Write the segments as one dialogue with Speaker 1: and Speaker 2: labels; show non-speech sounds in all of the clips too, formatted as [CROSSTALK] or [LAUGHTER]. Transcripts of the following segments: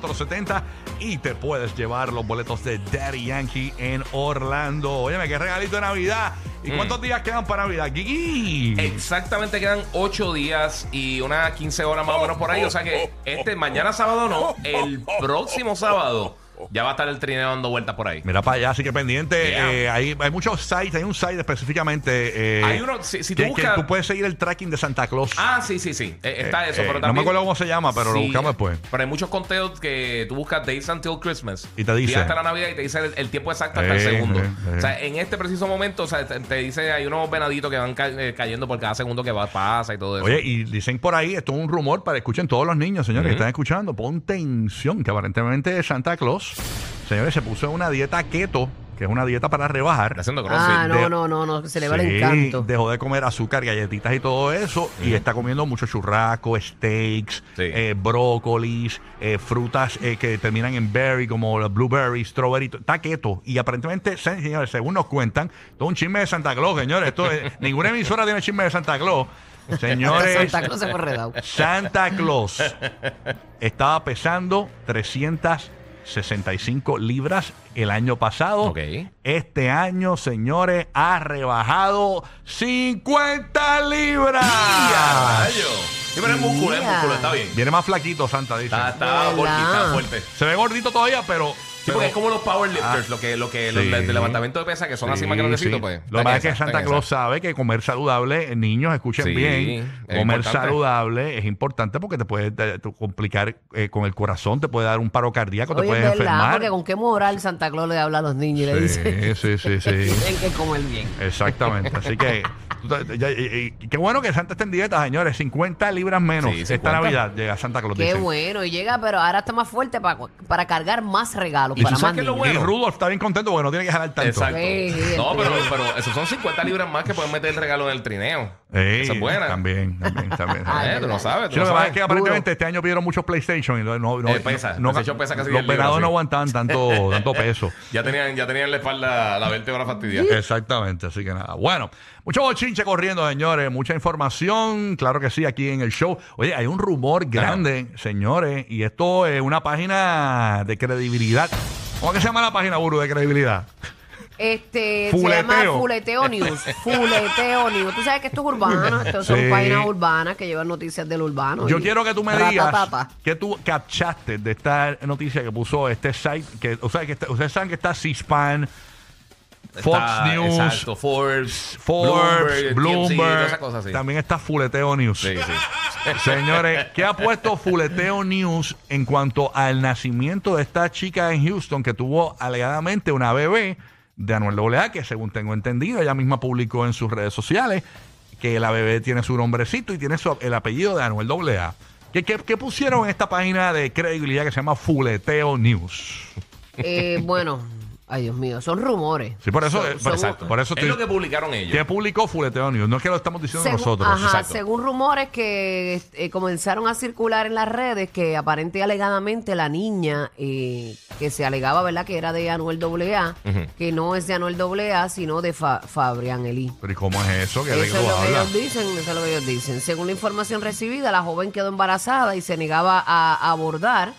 Speaker 1: 470 y te puedes llevar los boletos de Daddy Yankee en Orlando. Óyeme, qué regalito de Navidad. ¿Y
Speaker 2: Mm.
Speaker 1: cuántos días quedan para Navidad, Kiki?
Speaker 2: Eh. Exactamente quedan 8 días y unas 15 horas más o menos por ahí. O sea que este mañana sábado no, el próximo sábado ya va a estar el trineo dando vueltas por ahí.
Speaker 1: Mira para allá, así que pendiente.
Speaker 2: Yeah.
Speaker 1: eh, hay, hay muchos sites, hay un site específicamente. eh,
Speaker 2: Hay uno, si- si tú
Speaker 1: que, que
Speaker 2: buscas-
Speaker 1: tú puedes seguir el tracking de Santa Claus.
Speaker 2: Ah, sí, sí, sí. Eh, está
Speaker 1: Eh,
Speaker 2: eso,
Speaker 1: eh,
Speaker 2: pero
Speaker 1: no me
Speaker 2: también.
Speaker 1: acuerdo cómo se llama, pero lo buscamos después.
Speaker 2: Pero hay muchos conteos que tú buscas Days Until Christmas.
Speaker 1: Y te dice.
Speaker 2: Días hasta la Navidad y te dice el, el tiempo exacto hasta el
Speaker 1: Eh,
Speaker 2: segundo.
Speaker 1: eh, eh.
Speaker 2: O sea, en este preciso momento, o sea, te, te dice hay unos venaditos que van ca- eh, cayendo por cada segundo que va, pasa y todo eso.
Speaker 1: Oye, y dicen por ahí, esto es un rumor para escuchen todos los niños, señores, que están escuchando. Pon tensión, que aparentemente Santa Claus, señores, se puso en una dieta keto, que es una dieta para rebajar.
Speaker 2: Está haciendo crossfit.
Speaker 1: sí,
Speaker 3: Ah,
Speaker 1: de-
Speaker 3: no, no, no, no, se le va el
Speaker 1: Sí,
Speaker 3: encanto.
Speaker 1: Dejó de comer azúcar, galletitas y todo eso. Y está comiendo mucho churrasco, steaks,
Speaker 2: Sí.
Speaker 1: eh, brócolis, eh, frutas eh, que terminan en berry, como la blueberry, strawberry. to- Está keto. Y aparentemente, se- señores, según nos cuentan, todo un chisme de Santa Claus, señores. Esto
Speaker 2: [LAUGHS]
Speaker 1: es- ninguna emisora tiene chisme de Santa
Speaker 3: [LAUGHS]
Speaker 1: Claus. Señores,
Speaker 3: Santa Claus se
Speaker 1: [LAUGHS]
Speaker 3: fue redado.
Speaker 1: Santa Claus estaba pesando 365 libras el año pasado.
Speaker 2: Ok.
Speaker 1: Este año, señores, ha rebajado 50 libras.
Speaker 2: rayo! Sí, pero es músculo, es
Speaker 3: Mira.
Speaker 2: músculo, está bien.
Speaker 1: Viene más flaquito, Santa, dice.
Speaker 2: Está, está
Speaker 3: ¿Verdad?
Speaker 2: porque está fuerte. Sí,
Speaker 1: Se ve gordito todavía, pero... pero-
Speaker 2: porque es como los powerlifters, lo que, lo que
Speaker 1: Ah. Sí.
Speaker 2: los de levantamiento de pesas que son así más
Speaker 1: Sí,
Speaker 2: grandecitos,
Speaker 1: sí.
Speaker 2: pues.
Speaker 1: Lo que
Speaker 2: Está en
Speaker 1: pasa es que
Speaker 2: esa,
Speaker 1: Santa
Speaker 2: está en
Speaker 1: Claus
Speaker 2: esa.
Speaker 1: sabe que comer saludable, eh, niños, escuchen
Speaker 2: Sí,
Speaker 1: bien,
Speaker 2: es
Speaker 1: comer
Speaker 2: importante.
Speaker 1: saludable es importante porque te puede eh, tú complicar eh, con el corazón, te puede dar un paro cardíaco, te
Speaker 3: Oye,
Speaker 1: puedes
Speaker 3: es verdad,
Speaker 1: enfermar.
Speaker 3: porque con qué moral Santa Claus le habla a los niños y le dice
Speaker 1: Sí, sí, sí, [LAUGHS]
Speaker 3: [LAUGHS]
Speaker 1: sí.
Speaker 3: tienen que comer bien.
Speaker 1: Exactamente. Así que tú te- ya- y- y- qué bueno que Santa esté en dieta, señores. 50 libras menos
Speaker 2: Sí,
Speaker 1: esta
Speaker 2: 50.
Speaker 1: Navidad llega Santa Claus.
Speaker 3: Qué
Speaker 1: dicen.
Speaker 3: bueno, y llega, pero ahora está más fuerte para, para cargar más regalos,
Speaker 2: ¿Y tú
Speaker 3: para
Speaker 2: sabes
Speaker 3: más
Speaker 2: qué es lo
Speaker 3: niños.
Speaker 2: bueno?
Speaker 1: Y Rudolf está bien contento porque no tiene que jalar tanto.
Speaker 2: Exacto.
Speaker 3: Sí, sí,
Speaker 2: no, pero,
Speaker 3: entiendo.
Speaker 2: pero esos son 50 libras más que pueden meter el regalo en el trineo.
Speaker 1: Ey,
Speaker 2: Esa es buena.
Speaker 1: También, también, también.
Speaker 3: [LAUGHS] Ay,
Speaker 2: Eh, tú no
Speaker 3: verdad.
Speaker 2: sabes. Tú
Speaker 1: Sí, lo
Speaker 2: no
Speaker 1: que pasa es
Speaker 2: sabes.
Speaker 1: que aparentemente este año pidieron muchos PlayStation y no, no, no-
Speaker 2: Eh, pesa,
Speaker 1: no-
Speaker 2: PlayStation pesa casi
Speaker 1: los
Speaker 2: 10 libras,
Speaker 1: venados
Speaker 2: sí.
Speaker 1: no aguantaban tanto, tanto peso.
Speaker 2: Ya tenían, ya tenían la espalda, la vértebra fastidiada.
Speaker 1: Exactamente, así que nada. Bueno, mucho bochinche corriendo, señores. Mucha información, claro que sí, aquí en el show. Oye, hay un rumor grande, señores, y esto es una página de credibilidad. ¿Cómo que se llama la página, Buru, de credibilidad?
Speaker 3: Este,
Speaker 1: Fuleteo.
Speaker 3: se
Speaker 1: [LAUGHS]
Speaker 3: llama Fuleteo News. Fuleteo News. Tú sabes que esto es urbano, esto
Speaker 1: Sí.
Speaker 3: son páginas urbanas que llevan noticias del urbano.
Speaker 1: Yo
Speaker 3: y-
Speaker 1: quiero que tú me digas
Speaker 3: Ratatata.
Speaker 1: que tú captaste de esta noticia que puso este site, que, o sea, que está- ustedes saben que está C-SPAN, Fox
Speaker 2: Está-
Speaker 1: News,
Speaker 2: Exacto, Forbes,
Speaker 1: Forbes, Bloomberg,
Speaker 2: TMZ, todas esas cosas así.
Speaker 1: también está Fuleteo News.
Speaker 2: Sí, sí.
Speaker 1: Señores, ¿qué ha puesto Fuleteo News en cuanto al nacimiento de esta chica en Houston que tuvo alegadamente una bebé de Anuel AA, que según tengo entendido, ella misma publicó en sus redes sociales que la bebé tiene su nombrecito y tiene su- el apellido de Anuel AA? ¿Qué, qué, qué pusieron en esta página de credibilidad que se llama Fuleteo News?
Speaker 3: Eh, bueno, ay Dios mío, son rumores.
Speaker 1: Sí, por eso,
Speaker 3: Son-
Speaker 1: eh,
Speaker 3: son-
Speaker 1: por, por eso
Speaker 2: Es
Speaker 1: estoy-
Speaker 2: lo que publicaron ellos.
Speaker 1: ¿qué publicó Fuleteo News? No es que lo estamos diciendo
Speaker 3: Según-
Speaker 1: nosotros.
Speaker 3: ajá,
Speaker 1: Exacto.
Speaker 3: según rumores que eh, comenzaron a circular en las redes, que aparente y alegadamente la niña eh, que se alegaba, ¿verdad?, que era de Anuel AA,
Speaker 2: Ujú.
Speaker 3: que no es de Anuel AA, sino de Fa- Fabrián Elí.
Speaker 1: Pero ¿y cómo es eso? ¿Qué
Speaker 3: Eso
Speaker 1: de
Speaker 3: es
Speaker 1: qué tú
Speaker 3: lo que
Speaker 1: hablas?
Speaker 3: ellos dicen, eso es lo que ellos dicen. Según la información recibida, la joven quedó embarazada y se negaba a abordar,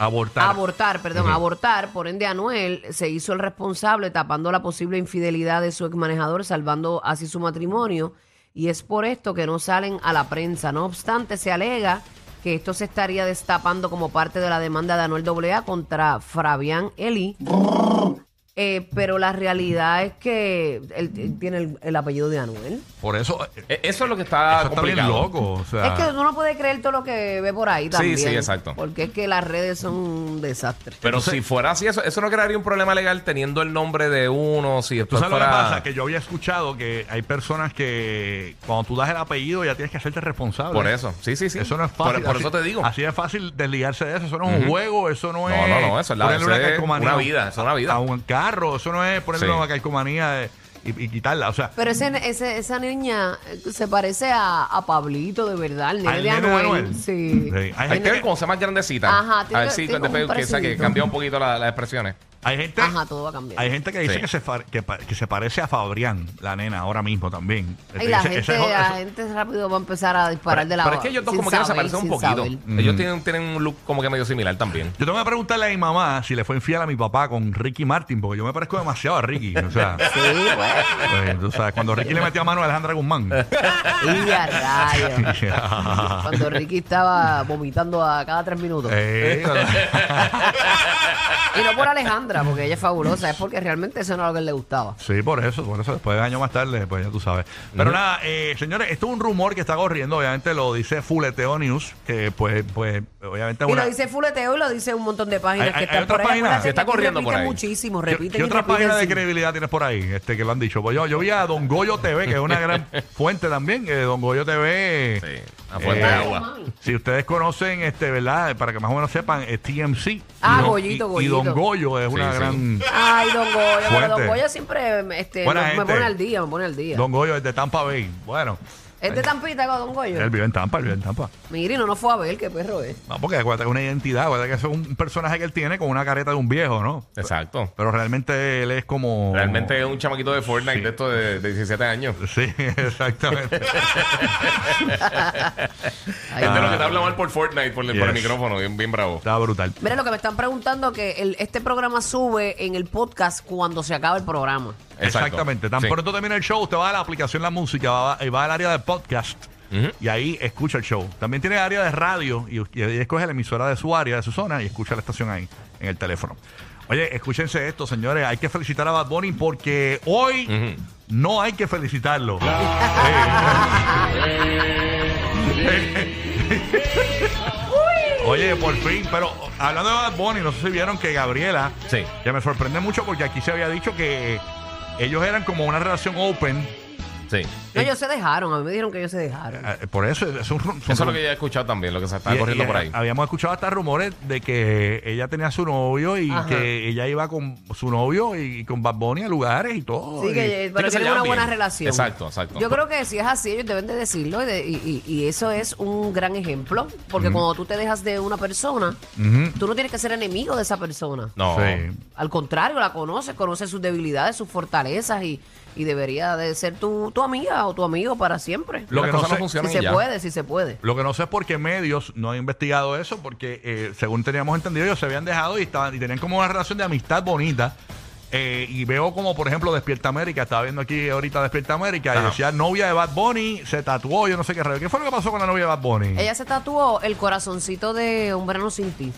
Speaker 3: a
Speaker 1: Abortar.
Speaker 3: abortar, perdón, a abortar. Por ende, Anuel se hizo el responsable tapando la posible infidelidad de su exmanejador, salvando así su matrimonio. Y es por esto que no salen a la prensa. No obstante, se alega que esto se estaría destapando como parte de la demanda de Anuel AA contra Fabián Eli. Eh, pero la realidad es que él, él tiene el- el apellido de Anuel.
Speaker 1: Por eso... eh,
Speaker 2: Eh, Eso es lo que está
Speaker 1: Eso está bien
Speaker 2: complicado.
Speaker 1: loco. O sea,
Speaker 3: Es que uno no puede creer todo lo que ve por ahí también.
Speaker 2: Ah. sí, exacto.
Speaker 3: Porque es que las redes son un desastre.
Speaker 2: Pero si fuera así, eso, eso no crearía un problema legal teniendo el nombre de uno. Si
Speaker 1: Tú
Speaker 2: después
Speaker 1: sabes lo que
Speaker 2: fuera-
Speaker 1: pasa, que yo había escuchado que hay personas que cuando tú das el apellido ya tienes que hacerte responsable.
Speaker 2: Por eso. Sí, sí, sí.
Speaker 1: Eso no es
Speaker 2: Por-
Speaker 1: fácil.
Speaker 2: Por,
Speaker 1: Así-
Speaker 2: eso te digo.
Speaker 1: Así es fácil desligarse de eso. Eso no es un
Speaker 2: Ujú.
Speaker 1: juego, eso no,
Speaker 2: No,
Speaker 1: es.
Speaker 2: no, no, eso es la-
Speaker 1: ponerle
Speaker 2: eso
Speaker 1: una
Speaker 2: es
Speaker 1: calcomanía
Speaker 2: una vida, eso es una vida.
Speaker 1: A un carro, eso no es ponerle
Speaker 2: Sí.
Speaker 1: una calcomanía de- y, y quitarla. O sea,
Speaker 3: Pero ese, ese- esa niña eh, se parece a, a Pablito, de verdad, el nene
Speaker 1: al
Speaker 3: de
Speaker 1: nene
Speaker 3: Anuel.
Speaker 1: Anuel. Sí.
Speaker 3: Sí.
Speaker 1: Hay
Speaker 2: Hay
Speaker 1: gente
Speaker 2: que ver
Speaker 1: que-
Speaker 2: cómo sea más grandecita.
Speaker 3: Ajá,
Speaker 2: A
Speaker 3: tiene
Speaker 2: ver
Speaker 3: que-
Speaker 2: si
Speaker 3: tiene
Speaker 2: con
Speaker 3: como un
Speaker 2: que, que
Speaker 3: parecido.
Speaker 2: cambia un poquito la- las expresiones.
Speaker 1: Hay gente,
Speaker 3: Ajá, todo va a cambiar.
Speaker 1: hay gente que dice
Speaker 2: Sí.
Speaker 1: que, se fa- que, pa- que se parece a Fabrián, la nena, ahora mismo también.
Speaker 3: Ay, la,
Speaker 1: Ese-
Speaker 3: gente,
Speaker 1: ese- ese-
Speaker 3: la gente rápido va a empezar a disparar de la
Speaker 2: Pero es que ellos dos
Speaker 3: sin
Speaker 2: como que se
Speaker 3: saber,
Speaker 2: parecen un
Speaker 3: sin
Speaker 2: poquito. [LAUGHS]
Speaker 3: saber.
Speaker 1: Mm.
Speaker 2: Ellos tienen, tienen un look como que medio similar también.
Speaker 1: Yo tengo que preguntarle a mi mamá si le fue infiel a mi papá con Ricky Martin, porque yo me parezco demasiado a Ricky. O sea, pues, tú sabes, cuando Ricky le metió a mano a Alejandra Guzmán.
Speaker 3: Y a rayos.
Speaker 1: [LAUGHS]
Speaker 3: Cuando Ricky estaba vomitando a cada tres minutos.
Speaker 1: Eh,
Speaker 3: Y no por Alejandra, porque ella es fabulosa, es porque realmente eso no era lo que le gustaba.
Speaker 1: sí, por eso, por eso, después de años más tarde, pues ya tú sabes. Pero nada, eh, señores, esto es un rumor que está corriendo, obviamente lo dice Fuleteo News, que pues, pues, obviamente es
Speaker 3: Y
Speaker 1: una-
Speaker 3: lo dice Fuleteo y lo dice un montón de páginas
Speaker 1: Hay-
Speaker 3: que
Speaker 1: hay-
Speaker 3: están
Speaker 1: hay otras
Speaker 3: por ahí.
Speaker 1: páginas.
Speaker 3: Acuérdate
Speaker 1: Se
Speaker 2: está
Speaker 3: que aquí
Speaker 2: corriendo por
Speaker 3: repiten
Speaker 2: ahí.
Speaker 1: ¿Qué-
Speaker 3: muchísimo,
Speaker 1: ¿Qué,
Speaker 3: repiten y
Speaker 1: otra página de
Speaker 3: repiten.
Speaker 1: credibilidad tienes por ahí este, que lo han dicho? Pues yo, yo vi a Don Goyo TV, que es una gran fuente también. eh, Don Goyo TV.
Speaker 2: Sí, una fuente
Speaker 1: Eh,
Speaker 2: de agua.
Speaker 1: Si ustedes conocen, este, ¿verdad? Para que más o menos sepan, es TMC.
Speaker 3: Ah,
Speaker 1: Y don-
Speaker 3: Goyito,
Speaker 1: y-
Speaker 3: Goyito.
Speaker 1: Y Don Goyo es
Speaker 2: Sí,
Speaker 1: una
Speaker 2: sí.
Speaker 1: gran.
Speaker 3: Ay, Don Goyo, pero Don
Speaker 1: Fuerte.
Speaker 3: Goyo siempre este,
Speaker 1: Buena
Speaker 3: me, me
Speaker 1: gente.
Speaker 3: pone al día, me pone al día.
Speaker 1: Don Goyo es de Tampa Bay. Bueno,
Speaker 3: ¿Es de Tampita, Don Goyo?
Speaker 1: él vive en Tampa, él vive en Tampa.
Speaker 3: Mire, y no nos fue a ver, qué perro es.
Speaker 1: No, porque acuérdate que es una identidad, acuérdate que es un personaje que él tiene con una careta de un viejo, ¿no?
Speaker 2: Exacto.
Speaker 1: Pero realmente él es como.
Speaker 2: Realmente es un chamaquito de Fortnite de estos de, de 17 años.
Speaker 1: Sí, [LAUGHS] exactamente.
Speaker 3: Ay,
Speaker 2: Gente, lo que te habla mal por Fortnite, por, el- por el
Speaker 1: Yes.
Speaker 2: micrófono, bien, bien bravo.
Speaker 1: Estaba brutal.
Speaker 3: Mira, lo que me están preguntando que el- este programa sube en el podcast cuando se acaba el programa.
Speaker 2: Exacto.
Speaker 1: Exactamente. Tan
Speaker 2: Sí.
Speaker 1: pronto termina el show, usted va a la aplicación La Música, va, eh, va- va al área de podcast
Speaker 2: Ujú.
Speaker 1: y ahí escucha el show. También tiene área de radio y, y ahí escoge la emisora de su área, de su zona y escucha la estación ahí, en el teléfono. Oye, escúchense esto, señores. Hay que felicitar a Bad Bunny porque hoy
Speaker 2: Ujú.
Speaker 1: no hay que felicitarlo. Oye, por fin, pero hablando de Bad Bunny, no sé si vieron que Gabriela,
Speaker 2: Sí.
Speaker 1: que me sorprende mucho porque aquí se había dicho que ellos eran como una relación open,
Speaker 2: Sí.
Speaker 3: No, ellos se dejaron, a mí me dijeron que ellos se dejaron.
Speaker 1: eh, por eso es un, son-
Speaker 2: Eso es lo que yo he escuchado también, lo que se está
Speaker 1: y-
Speaker 2: corriendo
Speaker 1: y
Speaker 2: por ahí.
Speaker 1: Habíamos escuchado hasta rumores de que ella tenía su novio y
Speaker 3: Ajá.
Speaker 1: que ella iba con su novio y con Bad Bunny a lugares y todo.
Speaker 3: Sí,
Speaker 1: y-
Speaker 3: que, eh, pero
Speaker 2: que se
Speaker 3: tienen una
Speaker 2: llevan
Speaker 3: buena
Speaker 2: bien.
Speaker 3: relación.
Speaker 2: Exacto, exacto.
Speaker 3: Yo creo que si es así, ellos deben de decirlo y, de- y- y- y eso es un gran ejemplo, porque cuando tú te dejas de una persona,
Speaker 1: Ujú.
Speaker 3: tú no tienes que ser enemigo de esa persona.
Speaker 2: No.
Speaker 1: Sí.
Speaker 3: Al contrario, la conoces, conoces sus debilidades, sus fortalezas y, y debería de ser tu, tu amiga o tu amigo para siempre.
Speaker 1: Lo
Speaker 2: Las
Speaker 1: que no
Speaker 2: cosas no,
Speaker 1: sé-
Speaker 3: Si
Speaker 2: funcionan y
Speaker 3: se
Speaker 2: ya.
Speaker 3: puede, si se puede.
Speaker 1: Lo que no sé es por qué medios no han investigado eso, porque eh, según teníamos entendido, ellos se habían dejado y estaban y tenían como una relación de amistad bonita. Eh, y veo como, por ejemplo, Despierta América, estaba viendo aquí ahorita Despierta América, y
Speaker 2: Ajá.
Speaker 1: decía novia de Bad Bunny, se tatuó, yo no sé qué rayo. ¿Qué fue lo que pasó con la novia de Bad Bunny?
Speaker 3: Ella se tatuó el corazoncito de Un verano sin ti.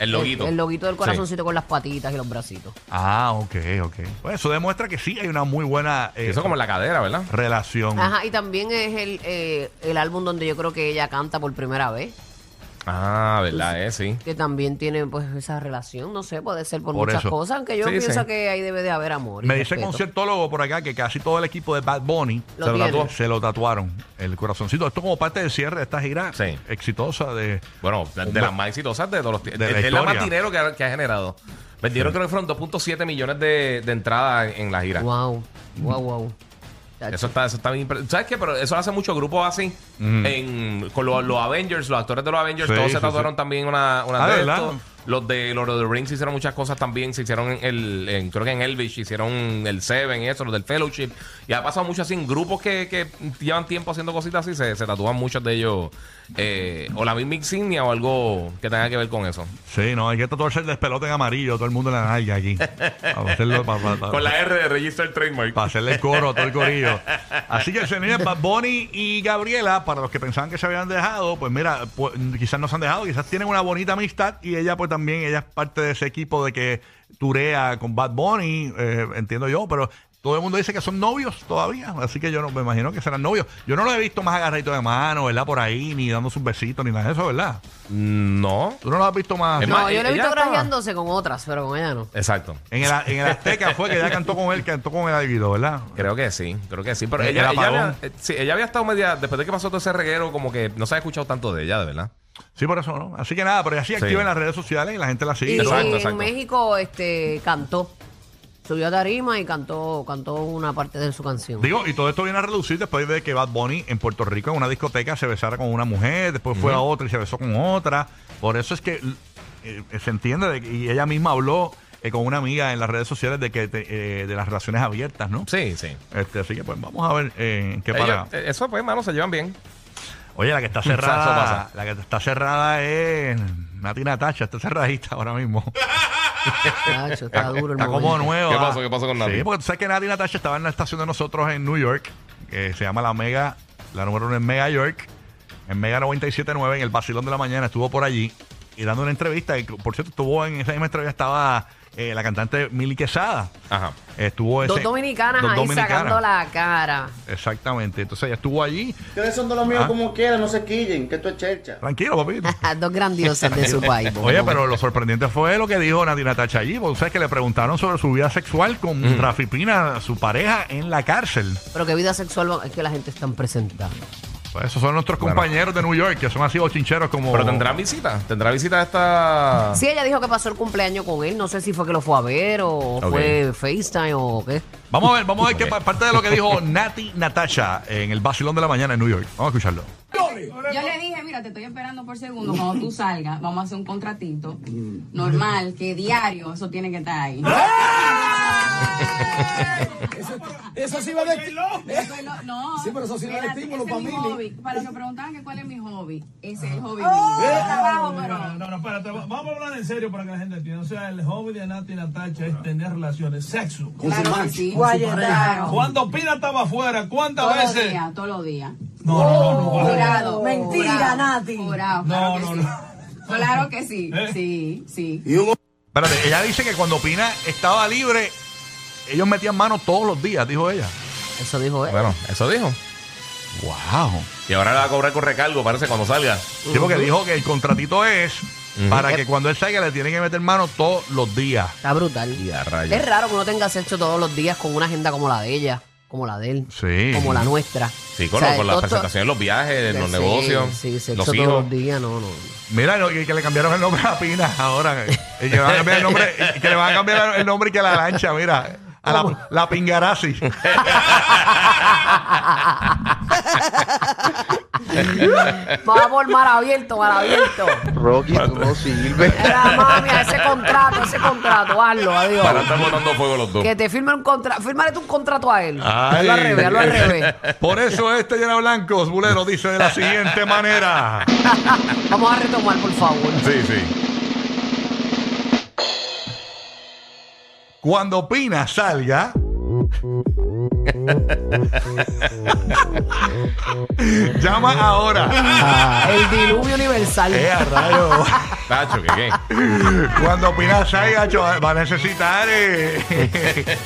Speaker 2: El loguito.
Speaker 3: El, el loguito del
Speaker 2: Sí.
Speaker 3: corazoncito con las patitas y los bracitos.
Speaker 1: Ah, ok, ok. Pues eso demuestra que sí hay una muy buena eh,
Speaker 2: Eso como en la cadera, ¿verdad?
Speaker 1: relación.
Speaker 3: Ajá, y también es el, eh, el álbum donde yo creo que ella canta por primera vez,
Speaker 2: Ah, ¿verdad? Eh, sí.
Speaker 3: que también tiene pues esa relación, no sé, puede ser por,
Speaker 1: Por
Speaker 3: muchas
Speaker 1: eso.
Speaker 3: cosas, aunque yo
Speaker 2: Sí,
Speaker 3: pienso
Speaker 2: sí.
Speaker 3: que ahí debe de haber amor. y
Speaker 1: Me dice el
Speaker 3: respeto.
Speaker 1: conciertólogo por acá que casi todo el equipo de Bad Bunny
Speaker 3: Lo
Speaker 1: se,
Speaker 3: tiene.
Speaker 1: tatuó- se lo tatuaron el corazoncito. Esto como parte del cierre de esta gira
Speaker 2: Sí.
Speaker 1: exitosa de...
Speaker 2: Bueno, de, de las más exitosas de todos los tiempos.
Speaker 1: De la
Speaker 2: Es la más
Speaker 1: historia.
Speaker 2: dinero que ha, que ha generado. Vendieron creo que fueron 2.7 millones de, de entradas en, en la gira.
Speaker 3: Wow, wow, wow.
Speaker 2: Eso está, eso está bien. impre- ¿Sabes qué? Pero eso hace muchos grupos así. En, con los, los Avengers, los actores de los Avengers,
Speaker 1: Sí,
Speaker 2: todos se
Speaker 1: sí,
Speaker 2: tatuaron
Speaker 1: sí.
Speaker 2: también una, una
Speaker 1: Ah,
Speaker 2: de
Speaker 1: ¿verdad?
Speaker 2: estos. Los de Lord of the Rings hicieron muchas cosas también. Se hicieron en el, en- creo que en Elvish, hicieron el Seven y eso, los del Fellowship. Y ha pasado mucho así en grupos que, que llevan tiempo haciendo cositas así, se, se tatúan muchos de ellos. eh, o la misma insignia o algo que tenga que ver con eso.
Speaker 1: Sí, no, hay que tatuarse el despelote en amarillo, todo el mundo en la nalga
Speaker 2: [LAUGHS]
Speaker 1: aquí. Para hacerlo, para, para- para-
Speaker 2: Con la R de Register Trademark.
Speaker 1: para hacerle el coro a todo el corillo. Así que, señores, Bad Bunny y Gabriela, para los que pensaban que se habían dejado, pues mira, pues, quizás no se han dejado, quizás tienen una bonita amistad y ella, pues también, ella es parte de ese equipo de que turea con Bad Bunny, eh, entiendo yo, pero. Todo el mundo dice que son novios todavía, así que yo no me imagino que serán novios. Yo no lo he visto más agarradito de mano, ¿verdad? Por ahí, ni dando sus besitos, ni nada de eso, ¿verdad?
Speaker 2: No.
Speaker 1: Tú no lo has visto más. e-
Speaker 2: Es
Speaker 3: No,
Speaker 2: más,
Speaker 3: yo le he
Speaker 2: ella
Speaker 3: visto
Speaker 2: estaba-
Speaker 3: grajeándose con otras, pero con ella no.
Speaker 2: Exacto.
Speaker 1: En el, en el Azteca fue que ella cantó con él, cantó con el Aguido, ¿verdad?
Speaker 2: Creo que sí, creo que sí. Pero
Speaker 1: El
Speaker 2: ella, ella
Speaker 1: apagón.
Speaker 2: había, eh, sí, ella había estado media. Después de que pasó todo ese reguero, como que no se ha escuchado tanto de ella, de verdad.
Speaker 1: Sí, por eso, ¿no? Así que nada, pero ella sí,
Speaker 2: Sí.
Speaker 1: activa en las redes sociales y la gente la sigue.
Speaker 3: y
Speaker 2: exacto,
Speaker 3: y en
Speaker 2: exacto.
Speaker 3: México este cantó. Subió a tarima y cantó, cantó una parte de su canción.
Speaker 1: Digo, y todo esto viene a reducir después de que Bad Bunny en Puerto Rico en una discoteca se besara con una mujer, después fue a otra y se besó con otra. Por eso es que eh, se entiende, de que- y ella misma habló eh, con una amiga en las redes sociales de que te- eh, de las relaciones abiertas, ¿no?
Speaker 2: Sí, sí.
Speaker 1: Este, así que pues vamos a ver eh, en qué
Speaker 2: Ellos-
Speaker 1: para.
Speaker 2: eh, eso pues, mano, se llevan bien.
Speaker 1: Oye, la que está
Speaker 2: [LAUGHS] Eso
Speaker 1: cerrada,
Speaker 2: pasa.
Speaker 1: la que está cerrada es Nati Natacha, está cerradita ahora mismo.
Speaker 3: Chacho, está
Speaker 1: eh,
Speaker 3: duro el
Speaker 1: Está como
Speaker 3: momento.
Speaker 1: nueva.
Speaker 2: ¿Qué pasó? ¿Qué pasó con Nati?
Speaker 1: Sí, porque tú sabes que Nati Natasha estaba en la estación de nosotros en New York, que se llama la Mega, la número uno en Mega York, en Mega 97.9, en el Basilón de la Mañana, estuvo por allí y dando una entrevista. Y, por cierto, estuvo en esa misma entrevista, estaba eh, la cantante Mili Quesada.
Speaker 2: Ajá.
Speaker 1: Estuvo
Speaker 3: Dos
Speaker 1: ese-
Speaker 3: dominicanas
Speaker 1: dos
Speaker 3: ahí
Speaker 1: dominicanas.
Speaker 3: sacando la cara. [LAUGHS]
Speaker 1: Exactamente, entonces ella estuvo allí.
Speaker 4: Ustedes son de los míos
Speaker 1: Ah.
Speaker 4: como quieran, no se quillen, que esto es chercha.
Speaker 1: Tranquilo,
Speaker 3: [LAUGHS]
Speaker 1: papito.
Speaker 3: Dos grandiosas de
Speaker 1: [LAUGHS]
Speaker 3: su país. por
Speaker 1: Oye,
Speaker 3: favor.
Speaker 1: pero lo sorprendente fue lo que dijo Nati Natacha allí, porque tú sabes que le preguntaron sobre su vida sexual con
Speaker 2: Mm.
Speaker 1: Rafi Pina, su pareja, en la cárcel.
Speaker 3: Pero qué vida sexual va- es que la gente está presentada.
Speaker 1: Pues esos son nuestros compañeros de New York, que son así bochincheros como.
Speaker 2: Pero tendrá visita. Tendrá visita esta.
Speaker 3: Sí, ella dijo que pasó el cumpleaños con él. No sé si fue que lo fue a ver o fue FaceTime o qué.
Speaker 1: Vamos a
Speaker 2: [LAUGHS]
Speaker 1: ver, vamos a ver qué pa- parte de lo que dijo Nati Natasha en el vacilón de la mañana en New York. Vamos a escucharlo.
Speaker 5: Yo le dije, mira, te estoy esperando por segundo. Cuando tú salgas, vamos a hacer un contratito
Speaker 6: Mm.
Speaker 5: normal, que diario, eso tiene que estar ahí.
Speaker 7: Eso sí va de
Speaker 5: Eso es lo- no,
Speaker 7: Sí, pero eso sí da
Speaker 5: espérate,
Speaker 7: estímulo
Speaker 5: ese es mi
Speaker 7: pa' mí. ¡Oh!
Speaker 5: hobby. Para que preguntaban que cuál es mi hobby, ese es el hobby
Speaker 7: Eh,
Speaker 5: mío. Trabajo, pero-
Speaker 8: No, no, espérate, va- vamos a hablar en serio para que la gente entienda. O sea, el hobby de Nati y Natacha es tener relaciones, sexo.
Speaker 5: Claro que sí. Claro.
Speaker 8: Cuando Pina estaba afuera, ¿cuántas
Speaker 5: Todos los
Speaker 8: veces?
Speaker 5: días, todos los días.
Speaker 8: No, no, no, no.
Speaker 5: Jurado.
Speaker 6: Mentira,
Speaker 5: jurado,
Speaker 6: Nati.
Speaker 5: Jurado,
Speaker 8: No,
Speaker 5: claro
Speaker 8: no,
Speaker 5: que
Speaker 8: no.
Speaker 5: sí. Claro que sí,
Speaker 8: ¿Eh?
Speaker 5: sí, sí.
Speaker 1: Espérate, ella dice que cuando Pina estaba libre, ellos metían mano todos los días, dijo ella.
Speaker 3: Eso dijo él.
Speaker 2: Bueno, eso dijo.
Speaker 1: ¡Wow!
Speaker 2: Y ahora le va a cobrar con recargo, parece, cuando salga.
Speaker 1: Sí, porque dijo que el contratito es para que cuando él salga le tienen que meter mano todos los días.
Speaker 3: Está brutal.
Speaker 2: a rayos.
Speaker 3: Es raro que uno tenga sexo todos los días con una agenda como la de ella, como la de él,
Speaker 1: Sí.
Speaker 3: como la nuestra.
Speaker 2: Sí, con,
Speaker 3: O sea,
Speaker 2: con las
Speaker 3: todo-
Speaker 2: presentaciones, los viajes, los
Speaker 3: Sí,
Speaker 2: negocios,
Speaker 3: Sí, sexo
Speaker 2: los
Speaker 3: todos
Speaker 2: hijos. [LAUGHS]
Speaker 3: los días, no, no.
Speaker 1: Mira, no, que, que le cambiaron el nombre a Pina ahora. eh, Y que, le van a cambiar el nombre, y que le van a cambiar el nombre y que la lancha, mira. A la, la pingarazzi.
Speaker 3: Vamos por mar abierto, mar abierto.
Speaker 9: Rocky, tú no sirves.
Speaker 3: Era mami, a ese contrato, ese contrato, hazlo, adiós.
Speaker 2: Para estar botando fuego los dos.
Speaker 3: Que te firme un contrato, fírmale tú un contrato a él.
Speaker 1: Ay.
Speaker 3: Hazlo al revés, hazlo
Speaker 2: [LAUGHS]
Speaker 3: al revés.
Speaker 1: [LAUGHS] Por eso este llena blancos, Bulero, dice de la siguiente manera.
Speaker 3: Vamos a retomar, por favor.
Speaker 1: Sí, sí. Cuando Pina salga. [LAUGHS] llama ahora.
Speaker 3: Ah, el diluvio universal.
Speaker 1: [LAUGHS] Eh, a rayo.
Speaker 2: Tacho, que qué.
Speaker 3: [LAUGHS]
Speaker 1: Cuando Pina salga, cho- va a necesitar. eh,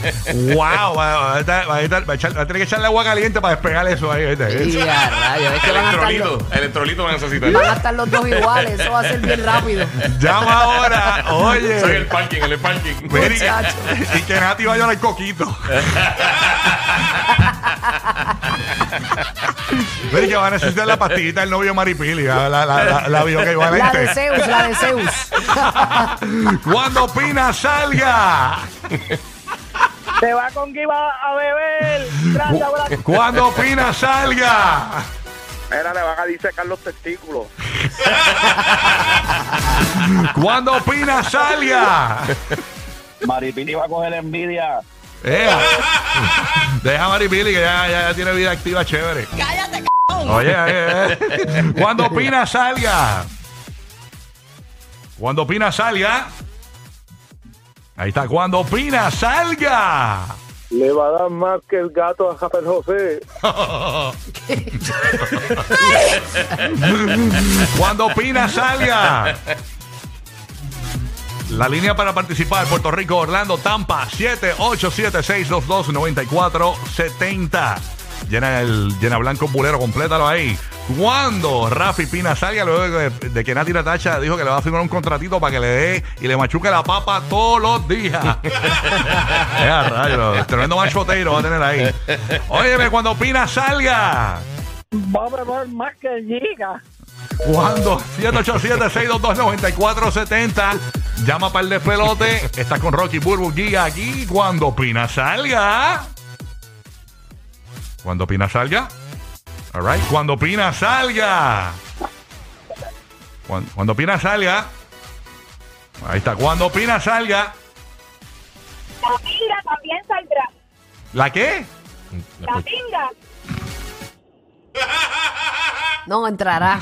Speaker 1: [LAUGHS] wow, va, va a estar- va a estar- va a echar- va a tener que echarle agua caliente para despegar eso ahí. ¿viste?
Speaker 3: Y a rayos, es que van a estar los-
Speaker 2: Electrolito, electrolito van a
Speaker 3: Van a
Speaker 2: necesitar.
Speaker 3: estar los dos iguales, eso va a ser bien rápido.
Speaker 1: Llama ahora. Oye.
Speaker 2: Soy el parking, el parking.
Speaker 1: Mira, y que-
Speaker 3: Muchacho.
Speaker 1: y que Nati vaya al coquito. Mira, y que va a necesitar la pastillita del novio Maripili, la, la, la, la, la
Speaker 3: La de
Speaker 1: bioequivalente.
Speaker 3: Zeus, la de Zeus. [LAUGHS]
Speaker 1: Cuando Pina salga.
Speaker 6: [LAUGHS] Se va con que iba a beber. Gracias, Brasil.
Speaker 1: Cuando Pina salga.
Speaker 9: Mira, le van a disecar los testículos.
Speaker 1: Cuando Pina salga.
Speaker 7: Maripili va a coger envidia.
Speaker 1: Ea. Eh, Deja a Maripili que ya, ya, ya tiene vida activa chévere. Cállate, Oye, oye, oye. Cuando Pina salga. Cuando Pina salga. Ahí está, cuando Pina salga.
Speaker 9: Le va a dar más que el gato a Rafael José.
Speaker 1: Cuando Pina salga. La línea para participar, Puerto Rico, Orlando, Tampa, 787-622-9470. Llena el llena blanco pulero, complétalo ahí. Cuando Rafi Pina salga, luego de, de que Nati Natacha dijo que le va a firmar un contratito para que le dé y le machuque la papa todos los días. Ya, rayos, tremendo machoteiro va a tener ahí. Óyeme, cuando Pina salga.
Speaker 6: Va a beber más que el giga.
Speaker 1: Cuando 787-622-9470. Llama para el despelote. Estás con Rocky Burbu Giga aquí. Cuando Pina salga. Cuando Pina salga. All right. Cuando Pina salga. Cuando, cuando Pina salga. Ahí está. Cuando Pina salga.
Speaker 10: La pinga también saldrá.
Speaker 1: ¿La qué?
Speaker 10: La pinga.
Speaker 3: No entrará.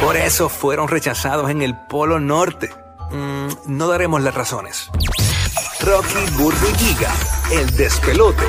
Speaker 8: Por eso fueron rechazados en el Polo Norte. Mm, no daremos las razones. Rocky Burbu y Giga, el despelote.